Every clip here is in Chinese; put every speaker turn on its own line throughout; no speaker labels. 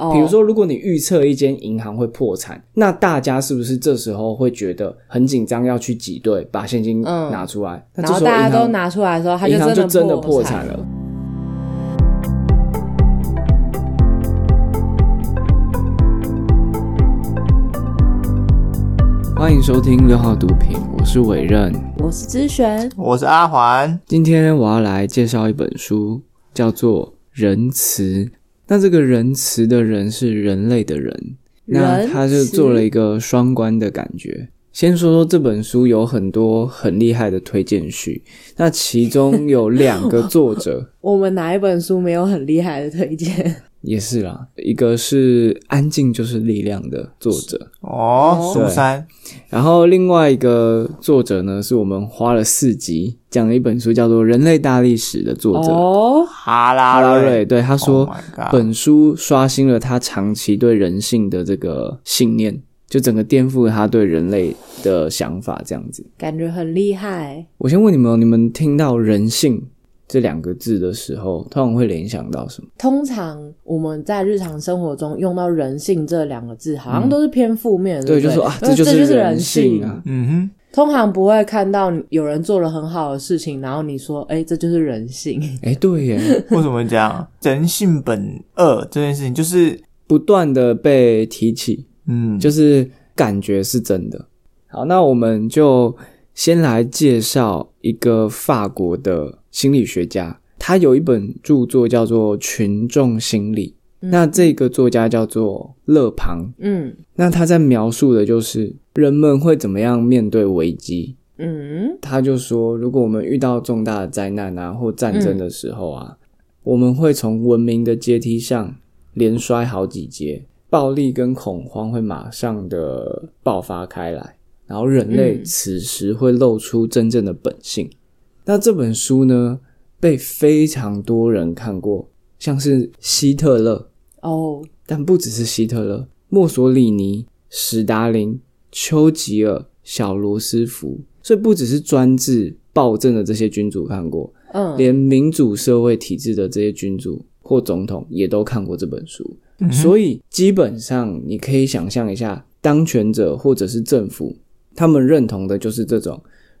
哦
比如说，如果你预测一间银行会破产，那大家是不是这时候会觉得很紧张，要去挤兑把现金
嗯
拿出来？那
然
这
后
时候
大家
银
都
行
拿出来的时候，它
银行就真的
破
破产了。欢迎收听六号毒品，我是伟任。
我是之璇，
我是阿环，
今天我要来介绍一本书，叫做《仁慈》。那这个仁慈的人是人类的人，那
仁
他就
慈
做了一个双关的感觉。先说说这本书有很多很厉害的推荐序，那其中有两个作者
我们哪一本书没有很厉害的推荐？
也是啦，一个是《安静就是力量》的作者，
哦，苏珊，
然后另外一个作者呢是我们花了四集讲了一本书叫做《人类大历史》的作者
哦，
哈
阿
拉 Oh
拉瑞，对他
他
说。
本
本书刷新了他长期对人性的这个信念，就整个颠覆了他对人类的想法。这样子，
感觉很厉害。
我先问你们哦，你们听到“人性”这两个字的时候，通常会联想到什么？
通常我们在日常生活中用到“人性”这两个字，好像都是偏负面的，
对，
不呃
就说啊，
这
就是
是
人
性
性。啊。
嗯
通常不会看到有人做了很好的事情，然后你说：“哎、这就是人性。
哎，对耶，
哼，为什么讲人性本恶 这件事情，就是
不断的被提起，
嗯，
就是感觉是真的。好，那我们就先来介绍一个法国的心理学家，他有一本著作叫做《群众心理》。那这个作家叫做勒庞，”
嗯
那他在描述的就是人们会怎么样面对危机。
嗯，
他就说，如果我们遇到重大的灾难啊或战争的时候啊，我们会从文明的阶梯上连摔好几阶，暴力跟恐慌会马上的爆发开来，然后人类
嗯
此时会露出真正的本性。那这本书呢，被非常多人看过，像是希特勒，
哦，
但不只是希特勒，墨索里尼、史达林、丘吉尔、小罗斯福，所以不只是专制暴政的这些君主看过，
嗯，
连民主社会体制的这些君主或总统也都看过这本书。
嗯哼
所以基本上你可以想象一下，当权者或者是政府，他们认同的就是这种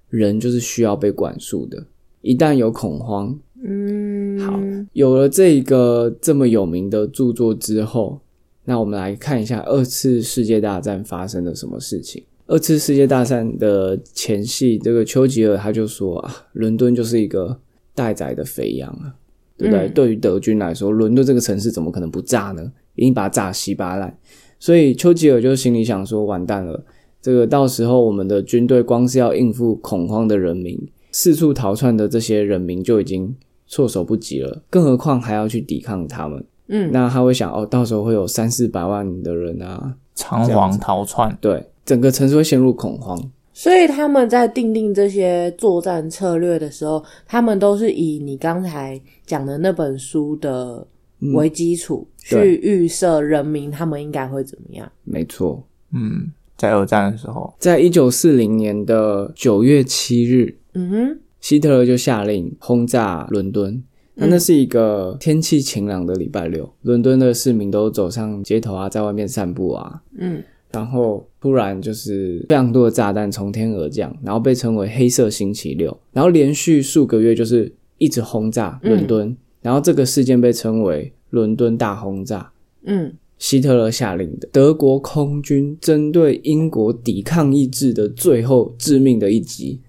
人就是需要被管束的。一旦有恐慌，
嗯，
好，有了这一个这么有名的著作之后，那我们来看一下二次世界大战发生了什么事情。二次世界大战的前夕，这个丘吉尔他就说啊，伦敦就是一个待宰的肥羊啊，对不对？
嗯
对于德军来说，伦敦这个城市怎么可能不炸呢？一定把它炸稀巴烂。所以丘吉尔就心里想说，完蛋了，这个到时候我们的军队光是要应付恐慌的人民，四处逃窜的这些人民就已经措手不及了，更何况还要去抵抗他们。
嗯，
那他会想，哦，到时候会有三四百万的人啊，
仓皇逃窜，
对，整个城市会陷入恐慌。
所以他们在定定这些作战策略的时候，他们都是以你刚才讲的那本书的
嗯
为基础、去
对
预设人民他们应该会怎么样。
没错，
嗯，在二战的时候，
在一九四零年的九月七日，
嗯哼，
希特勒就下令轰炸伦敦。那那是一个天气晴朗的礼拜六，伦敦的市民都走上街头啊，在外面散步啊，
嗯，
然后突然就是非常多的炸弹从天而降，然后被称为黑色星期六，然后连续数个月就是一直轰炸伦敦，然后这个事件被称为伦敦大轰炸，
嗯，
希特勒下令的。德国空军针对英国抵抗意志的最后致命的一击，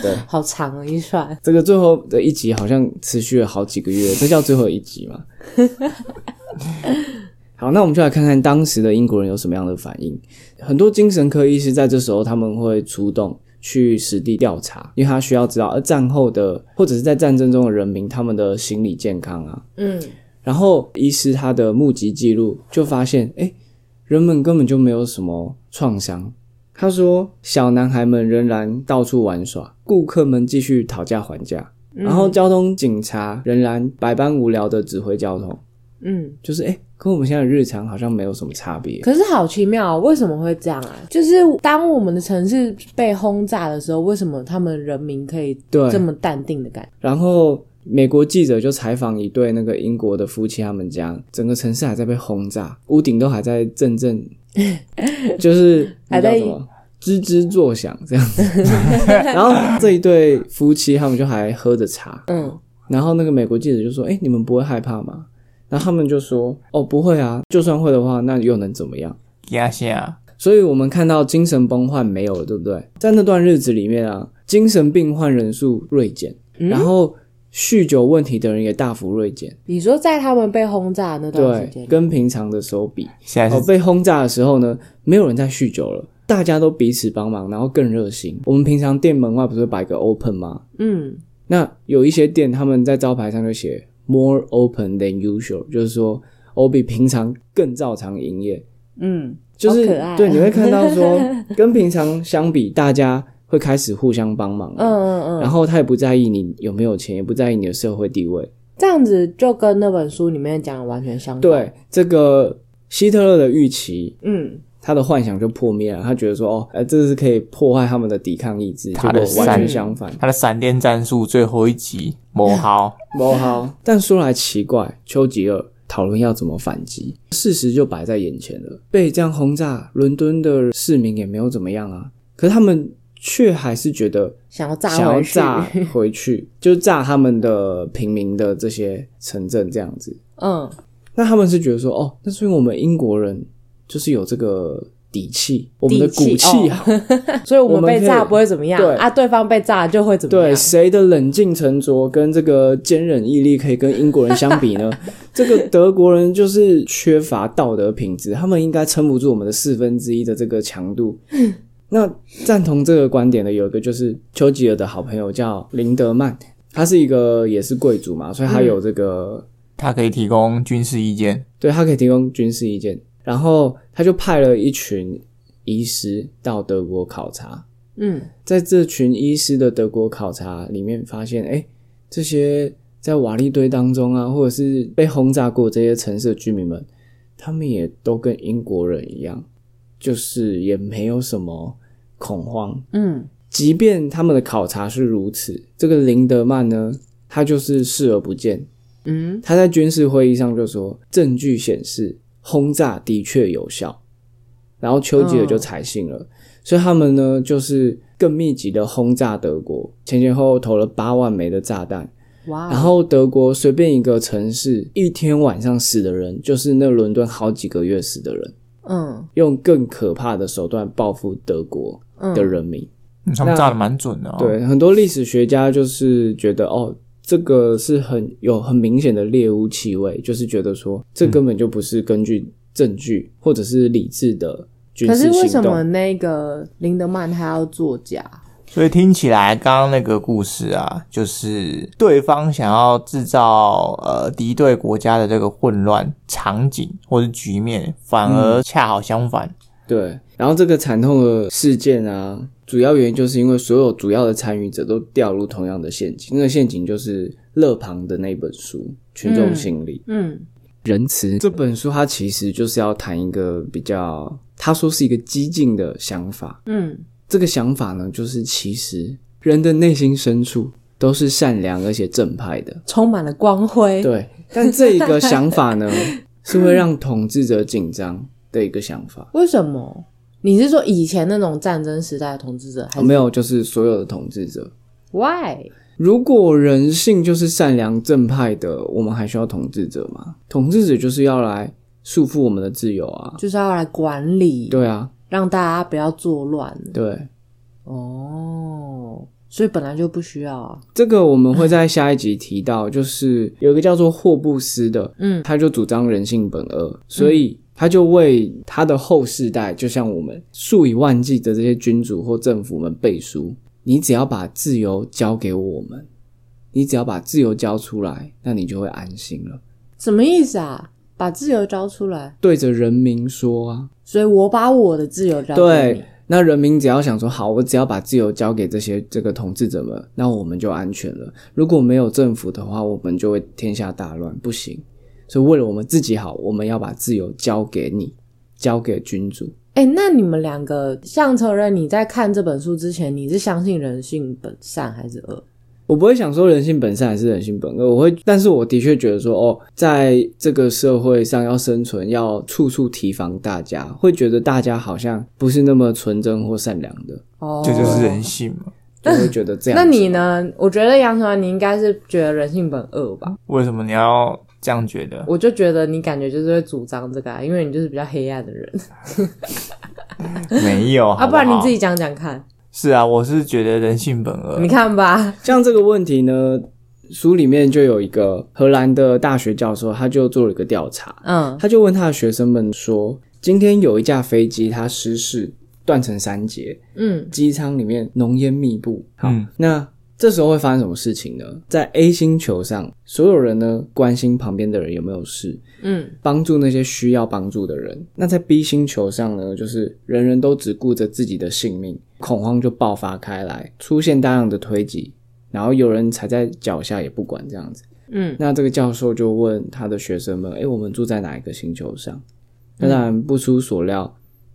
对。
好长啊一串，
这个最后的一集好像持续了好几个月，这叫最后一集嘛？好，那我们就来看看当时的英国人有什么样的反应。很多精神科医师在这时候他们会出动去实地调查，因为他需要知道，而战后的或者是在战争中的人民他们的心理健康啊。
嗯，
然后医师他的目击记录就发现，哎，人们根本就没有什么创伤。他说，小男孩们仍然到处玩耍，顾客们继续讨价还价，
嗯
然后交通警察仍然百般无聊的指挥交通，
嗯，
就是哎，诶跟我们现在的日常好像没有什么差别。
可是好奇妙、哦，为什么会这样啊？就是当我们的城市被轰炸的时候，为什么他们人民可以
对
这么淡定的感觉？
然后美国记者就采访一对那个英国的夫妻，他们家整个城市还在被轰炸，屋顶都还在阵阵， 就是
还在
你知道什么吱吱作响这 样子。然后这一对夫妻他们就还喝着茶，
嗯，
然后那个美国记者就说：“哎、你们不会害怕吗？”然后他们就说：“哦，不会啊，就算会的话，那又能怎么样？”
压下，
所以我们看到精神崩坏没有了，对不对？在那段日子里面啊，精神病患人数锐减，
嗯
然后酗酒问题的人也大幅锐减。
你说在他们被轰炸那段时
对，
间，
跟平常的时候比，
现在
哦，
是
被轰炸的时候呢，没有人在酗酒了，大家都彼此帮忙，然后更热心。我们平常店门外不是会摆个 open 吗？
嗯，
那有一些店他们在招牌上就写 more open than usual，就是说我比平常更照常营业。
嗯，
就是
好可爱
对，你会看到 说，跟平常相比，大家会开始互相帮忙，
嗯，嗯
然
嗯，
后他也不在意你有没有钱，也不在意你的社会地位。
这样子就跟那本书里面讲的完全相反。，
对这个希特勒的预期，
嗯，
他的幻想就破灭了，他觉得说，哦，呃，这是可以破坏他们的抵抗意志，
他的嗯
结果完全
善
相反。
他的闪电战术最后一集磨好，
不好，但说来奇怪，丘吉尔讨论要怎么反击，事实就摆在眼前了。被这样轰炸，伦敦的市民也没有怎么样啊，可是他们却还是觉得
想要炸
想要
回去，
炸回去，就炸他们的平民的这些城镇这样子。
嗯
那他们是觉得说，哦，那是因为我们英国人就是有这个底气，我们的骨
底气哦
气好，
所以我
我
们
们
被
可以
炸不会怎么样
对
啊，对方被炸就会怎么
对
样？
谁的冷静沉着跟这个坚韧毅力可以跟英国人相 比呢？这个德国人就是缺乏道德品质，他们应该撑不住我们的四分之一的这个强度。
嗯
那赞同这个观点的有一个就是丘吉尔的好朋友叫林德曼，他是一个也是贵族嘛，所以他有这
嗯
个、
他可以提供军事意见，
对他可以提供军事意见，然后他就派了一群医师到德国考察。
嗯，
在这群医师的德国考察里面，发现，哎，这些在瓦砾堆当中啊，或者是被轰炸过这些城市的居民们，他们也都跟英国人一样，就是也没有什么恐慌。
嗯
即便他们的考察是如此，这个林德曼呢，他就是视而不见。
嗯
他在军事会议上就说，证据显示轰炸的确有效，然后丘吉尔就采信了，所以他们呢就是更密集的轰炸德国，前前后后投了八万枚的炸弹，
哇，
然后德国随便一个城市一天晚上死的人，就是那伦敦好几个月死的人，
嗯
用更可怕的手段报复德国
嗯
的人民。
嗯他们炸的蛮准的哦。
对，很多历史学家就是觉得哦，这个是很有很明显的猎巫气味，就是觉得说这根本就不是根据证据或者是理智的军
可
事
是为
行
什么
动。
那个林德曼他要作假？
所以听起来，刚刚那个故事啊，就是对方想要制造呃敌对国家的这个混乱场景或是局面，反而恰好相反。
哦
对，然后这个惨痛的事件啊，主要原因就是因为所有主要的参与者都掉入同样的陷阱，那个陷阱就是勒庞的那本书《群众
嗯
心理》
嗯
仁慈这本书，它其实就是要谈一个比较，他说是一个激进的想法，
嗯
这个想法呢，就是其实人的内心深处都是善良而且正派的，
充满了光辉。
对。但这一个想法 呢，是会让统治者紧张的一个想法。
为什么？你是说以前那种战争时代的统治 者，还是
哦没有，就是所有的统治者，
why？
如果人性就是善良正派的，我们还需要统治者吗？统治者就是要来束缚我们的自由啊。
就是要来管理，
对啊，
让大家不要作乱。
对，
哦，所以本来就不需要啊。
这个我们会在下一集提到，就是有一个叫做霍布斯的，
嗯
他就主张人性本恶，所以他就为他的后世代，就像我们数以万计的这些君主或政府们背书：你只要把自由交给我们，你只要把自由交出来，那你就会安心了。
什么意思啊？把自由交出来，
对着人民说啊，
所以我把我的自由交给你
对。，那人民只要想说好，我只要把自由交给这些这个统治者们，那我们就安全了。如果没有政府的话，我们就会天下大乱，不行。所以为了我们自己好，我们要把自由交给你，交给君主。
哎、那你们两个像承认你在看这本书之前，你是相信人性本善还是恶？
我不会想说人性本善还是人性本恶，我会，但是我的确觉得说，哦，在这个社会上要生存，要处处提防大家，会觉得大家好像不是那么纯真或善良的，
哦，
这就是人。性嘛。
就会觉得这样
那
子。
你呢？我觉得杨传，你应该是觉得人性本恶吧？
为什么你要这样觉得？
我就觉得你感觉就是会主张这个、啊，因为你就是比较黑暗的人
没有
啊。嗯不然你自己
己
讲讲看，
是啊，我是觉得人性本恶
你。看吧。
像这个问题呢，书里面就有一个荷兰的大学教授，他就做了一个调查，
嗯
他就问他的学生们说：“今天有一架飞机，它失事断成三节，
嗯
机舱里面浓烟密布。好，
嗯
那这时候会发生什么事情呢？在 A 星球上，所有人呢关心旁边的人有没有事，
嗯
帮助那些需要帮助的人。那在 B 星球上呢，就是人人都只顾着自己的性命，恐慌就爆发开来，出现大量的推挤，然后有人踩在脚下也不管这样子。
嗯
那这个教授就问他的学生们：“诶，我们住在哪一个星球上？”那当然不出所料，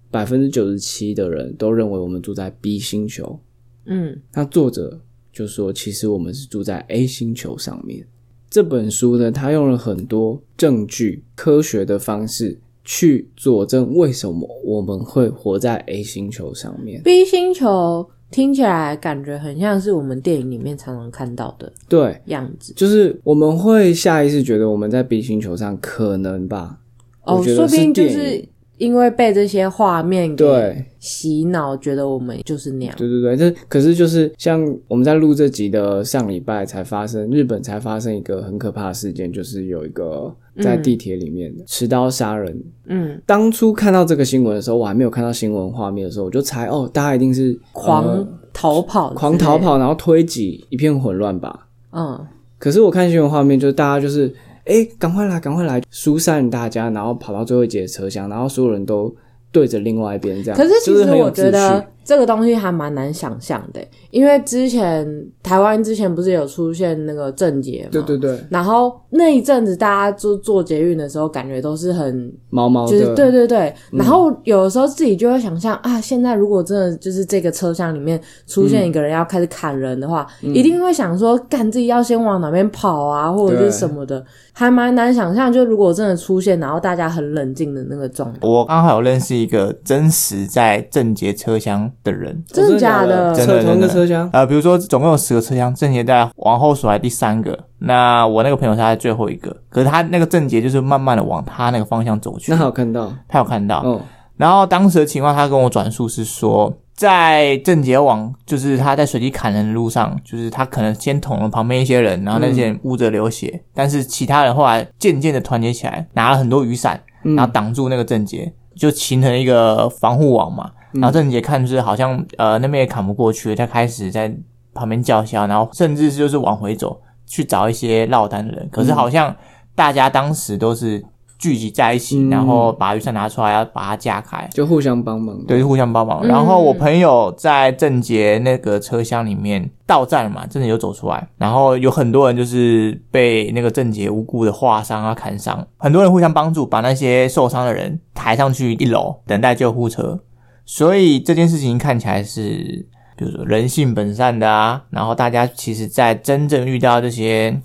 百分之九十七的人都认为我们住在 B 星球。
嗯，
那作者就说，其实我们是住在 A 星球上面。这本书呢，它用了很多证据、科学的方式去佐证为什么我们会活在 A 星球上面。
b 星球听起来感觉很像是我们电影里面常常看到的
对，
样子
就是我们会下意识觉得我们在 B 星球上可能吧。
哦，
我觉
说
得
不
是
定就
电
是
影。
因为被这些画面给
对
洗脑，觉得我们就是那样。
对对对，这可是就是像我们在录这集的上礼拜才发生，日本才发生一个很可怕的事件，就是有一个在地铁里面持刀杀人。
嗯，
当初看到这个新闻的时候，我还没有看到新闻画面的时候，我就猜哦，大家一定是
狂
呃
逃跑，
狂逃。跑，然后推挤，一片混乱吧。
嗯，
可是我看新闻画面，就是大家就是哎，赶快来，赶快来，疏散大家，然后跑到最后一节车厢，然后所有人都对着另外一边这样。
可是其
就
实
很有
我觉
秩
得
序
这个东西还蛮难想象的，欸因为之前台湾之前不是有出现那个症结嘛？
对对。对，
然后那一阵子，大家就坐捷运的时候，感觉都是很
毛毛的，哦
就是哦对对嗯对，然后有的时候自己就会想象啊，现在如果真的就是这个车厢里面出现一个人要开始砍人的话，一定会想说，干自己要先往哪边跑啊，或者是什么的，还蛮难想象。就如果真的出现，然后大家很冷静的那个状态，
我刚好有认识一个真实在正捷车厢的人，
哦真
的假
的？
真
车
的
同一
真
个
的
车厢，
呃，比如说总共有十个车厢，正捷在往后数来第三个，那我那个朋友是他在最后一个，可是他那个正捷就是慢慢的往他那个方向走去
那，好看到，
他有看到，
哦，
然后当时的情况，他跟我转述是说，在郑杰往就是他在随机砍人的路上，就是他可能先捅了旁边一些人，然后那
嗯
些人捂着流血，但是其他人后来渐渐的团结起来，拿了很多雨伞，
嗯
然后挡住那个郑杰，就形成一个防护网嘛。
嗯
然后郑杰看就是好像呃那边也砍不过去，他开始在旁边叫嚣，然后甚至就是往回走去找一些落单的人，可
嗯
是好像大家当时都是。聚集在一起，
嗯
然后把雨伞拿出来，要把它架开。
就互相帮忙。
对，互相帮忙。
嗯
然后我朋友在郑杰那个车厢里面到站了嘛，郑杰就走出来，然后有很多人就是被那个郑杰无辜的划伤啊、砍伤，很多人互相帮助，把那些受伤的人抬上去一楼等待救护车。所以这件事情看起来是，比如说人性本善的啊，然后大家其实，在真正遇到这些。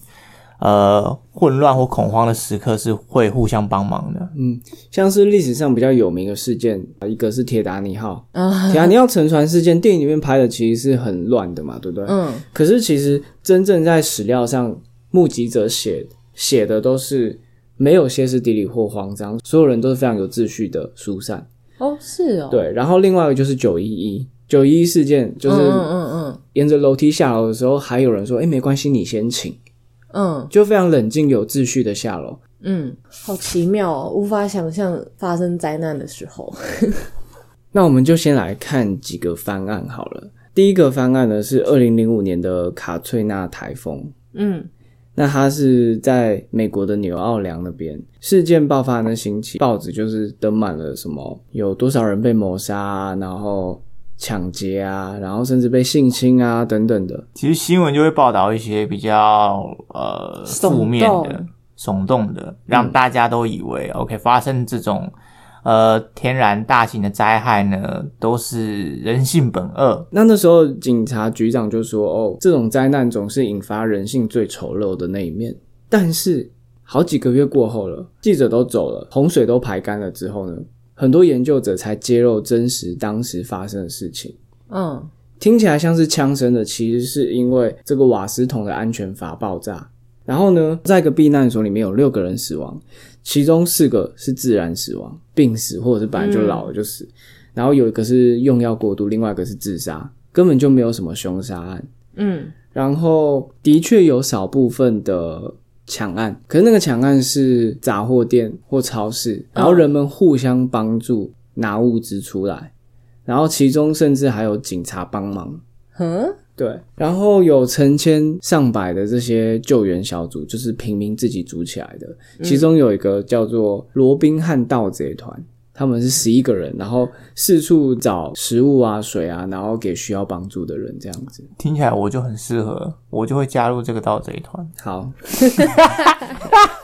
呃，混乱或恐慌的时刻是会互相帮忙的。
像是历史上比较有名的事件，一个是铁达尼号，
啊，
铁达尼号沉船事件，电影里面拍的其实是很乱的嘛，对不对？
嗯
可是其实真正在史料上，目击者写写的都是没有歇斯底里或慌张，所有人都是非常有秩序的疏散。
哦，是哦，，
对，然后另外一个就是九一一。九一一事件就
嗯
是
嗯嗯
沿着楼梯下楼的时候，还有人说：“哎、没关系，你先请。
嗯”
就非常冷静、有秩序的下楼。
嗯嗯，好奇妙哦，无法想象发生灾难的时候，
那我们就先来看几个方案好了。第一个方案呢是二零零五年的卡翠娜台风，
嗯
那它是在美国的纽奥良那边事件爆发的那星期，报纸就是登满了什么有多少人被谋杀、啊，然后抢劫啊，然后甚至被性侵啊等等的。
其实新闻就会报道一些比较呃
耸动
嗯
负面的、耸动的，让大家都以为、OK 发生这种呃天然大型的灾害呢，都是人性本恶。
那那时候警察局长就说：“哦，这种灾难总是引发人性最丑陋的那一面。”但是好几个月过后了，记者都走了，洪水都排干了之后呢，很多研究者才揭露真实当时发生的事情。
嗯，
听起来像是枪声的，其实是因为这个瓦斯桶的安全阀爆炸。然后呢，在一个避难所里面有六个人死亡，其中四个是自然死亡，病死或者是本来就老了就死，然后有一个是用药过度，另外一个是自杀，根本就没有什么凶杀案。
嗯，
然后的确有少部分的抢案，可是那个抢案是杂货店或超市，然后人们互相帮助拿物资出来，然后其中甚至还有警察帮忙。
哼，
对，然后有成千上百的这些救援小组，就是平民自己组起来的。其中有一个叫做罗宾汉盗贼团，他们是十一个人，然后四处找食物啊、水啊，然后给需要帮助的人这样子。
听起来我就很适合，我就会加入这个盗贼 团。
好，
嗯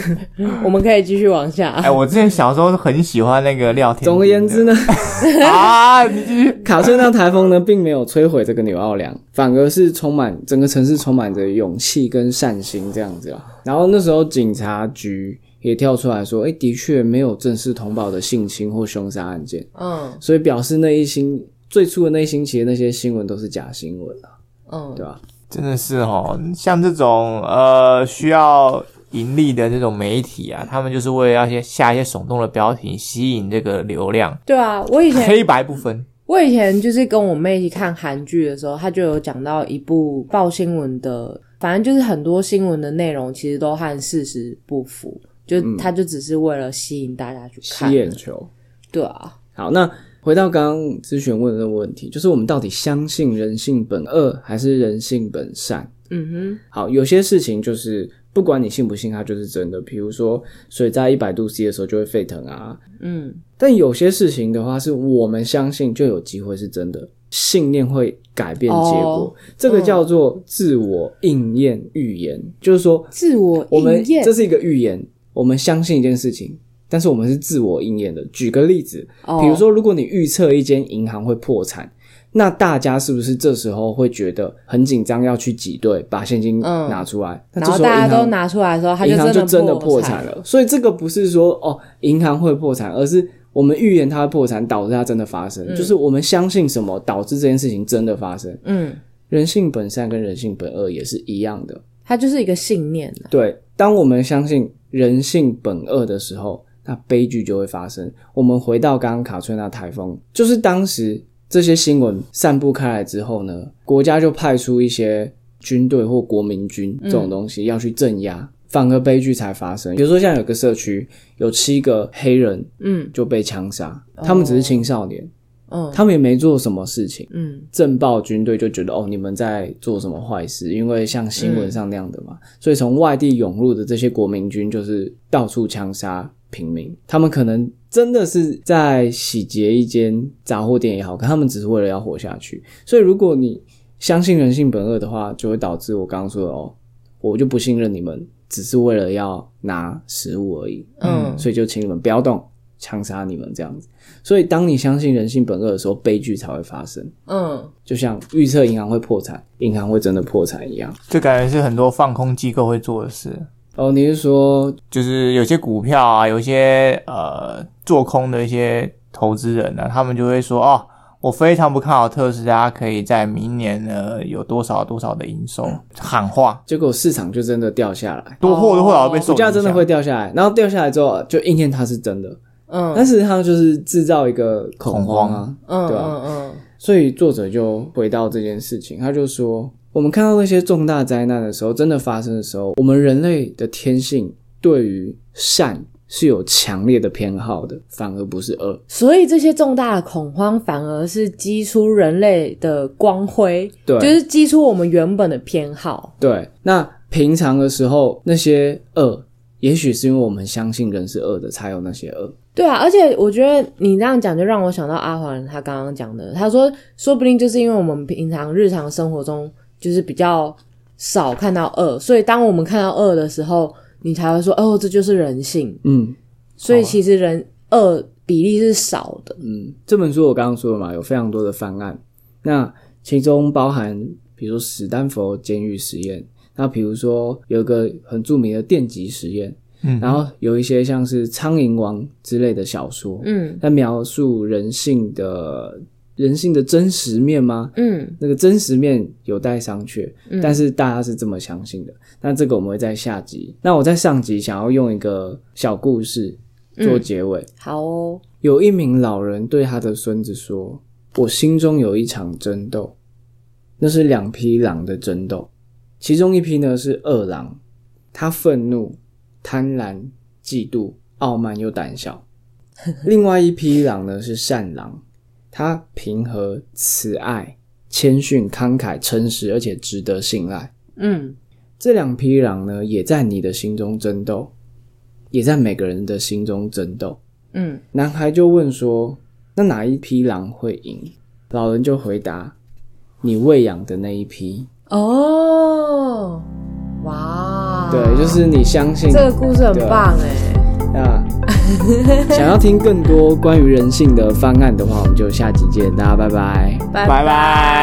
我们可以继续往下。
哎、我之前小时候很喜欢那个廖天。
总而言之呢，
啊，你继续。
卡车那台风呢，并没有摧毁这个纽奥良，反而是充满整个城市充满着勇气跟善心这样子啦。然后那时候警察局也跳出来说，哎、的确没有正式通报的性侵或凶杀案件，
嗯
所以表示那一星最初的那一星期的那些新闻都是假新闻啊，
嗯
对，吧？
真的是哦，像这种呃需要盈利的这种媒体啊，他们就是为了要些下一些耸动的标题，吸引这个 流量，
对啊，我以前
黑白不分。
我以前就是跟我妹一起看韩剧的时候，她就有讲到一部报新闻的，反正就是很多新闻的内容其实都和事实不
嗯
符，就她就只是为了吸引大家去看
吸。眼球。
对啊，
好，那回到刚刚咨询问的那个问题，就是我们到底相信人性本恶还是人性本善？
嗯
好，有些事情就是不管你信不信，它就是真的。比如说水在一百度 C 的时候就会沸腾啊，
哼，嗯
但有些事情的话，是我们相信就有机会是真的。信念会改变结果，
哦
这个叫做自我应验预言，就是说
自我
我们
应验
这是一个预言，我们相信一件事情。但是我们是自我应验的。举个例子，
哦
比如说，如果你预测一间银行会破产，那大家是不是这时候会觉得很紧张，要去挤兑把现金
嗯
拿出来？那
然
这
后
时候
大家
银行
都拿出来的时候，她
银行就
就
真的
破
破产。了。所以这个不是说哦银行会破产，而是我们预言它会破产，导致它真的发生。就是我们相信什么，导致这件事情真的发生。
嗯，
人性本善跟人性本恶也是一样的。
它就是一个信念啊
对，当我们相信人性本恶的时候，那悲剧就会发生。我们回到刚刚卡翠娜台风，就是当时这些新闻散布开来之后呢，国家就派出一些军队或国民军这种东西要去镇压，反而悲剧才发生。比如说，像有个社区有七个黑人
嗯
就被枪杀，他们只是青少年，
嗯
他们也没做什么事情。
嗯
政报军队就觉得哦，你们在做什么坏事？因为像新闻上那样的嘛，所以从外地涌入的这些国民军就是到处枪杀平民。他们可能真的是在洗劫一间杂货店也好，可他们只是为了要活下去。所以如果你相信人性本恶的话，就会导致我刚刚说的哦，我就不信任你们，只是为了要拿食物而已。
嗯
所以就请你们不要动，枪杀你们这样子。所以当你相信人性本恶的时候，悲剧才会发生。
嗯，
就像预测银行会破产，银行会真的破产一样。
就感觉是很多放空机构会做的事，
哦，你是说
就是有些股票啊，有些呃做空的一些投资人呢、他们就会说哦。我非常不看好特斯拉可以在明年呢有多少多少的营收，喊话
结果市场就真的掉下来，
多或多或少被受
哦股
影响
价真的会掉下来，然后掉下来之后啊就应验它是真的，
嗯
但事实上就是制造一个恐慌啊，
嗯
对吧、
嗯嗯
所以作者就回到这件事情，他就说，我们看到那些重大灾难的时候，真的发生的时候，我们人类的天性对于善是有强烈的偏好的，反而不是恶。
所以这些重大的恐慌反而是激出人类的光辉，
对啊
就是激出我们原本的偏好。
对，那平常的时候那些恶，也许是因为我们相信人是恶的，才有那些恶。
对啊，而且我觉得你这样讲就让我想到阿环他刚刚讲的，他说说不定就是因为我们平常日常生活中就是比较少看到恶，所以当我们看到恶的时候，你才会说哦，这就是人性。
嗯，
所以其实人恶比例是少的。
嗯，这本书我刚刚说了嘛，有非常多的方案，那其中包含比如说史丹佛监狱实验，那比如说有一个很著名的电极实验，
嗯
然后有一些像是《苍蝇王》之类的小说，
嗯
它描述人性的人性的真实面吗？
嗯
那个真实面有待商榷，
嗯，
但是大家是这么相信的。那这个我们会在下集。那我在上集想要用一个小故事做结尾。
好哦，
有一名老人对他的孙子说：“我心中有一场争斗，那是两匹狼的争斗，其中一匹呢是恶狼，他愤怒、贪婪、嫉妒、傲慢又胆小；另外一匹狼呢是善狼，他平和、慈爱、谦逊、慷慨、诚实，而且值得信赖。
嗯
这两匹狼呢，也在你的心中争斗，也在每个人的心中争斗。
嗯
男孩就问说：“那哪一匹狼会赢？”老人就回答：“你喂养的那一匹。
哦，哇，
对，就是你相信
哦这个故事很棒哎，
啊。想要听更多关于人性的方案的话，我们就下集见，大家拜拜。
拜
拜拜。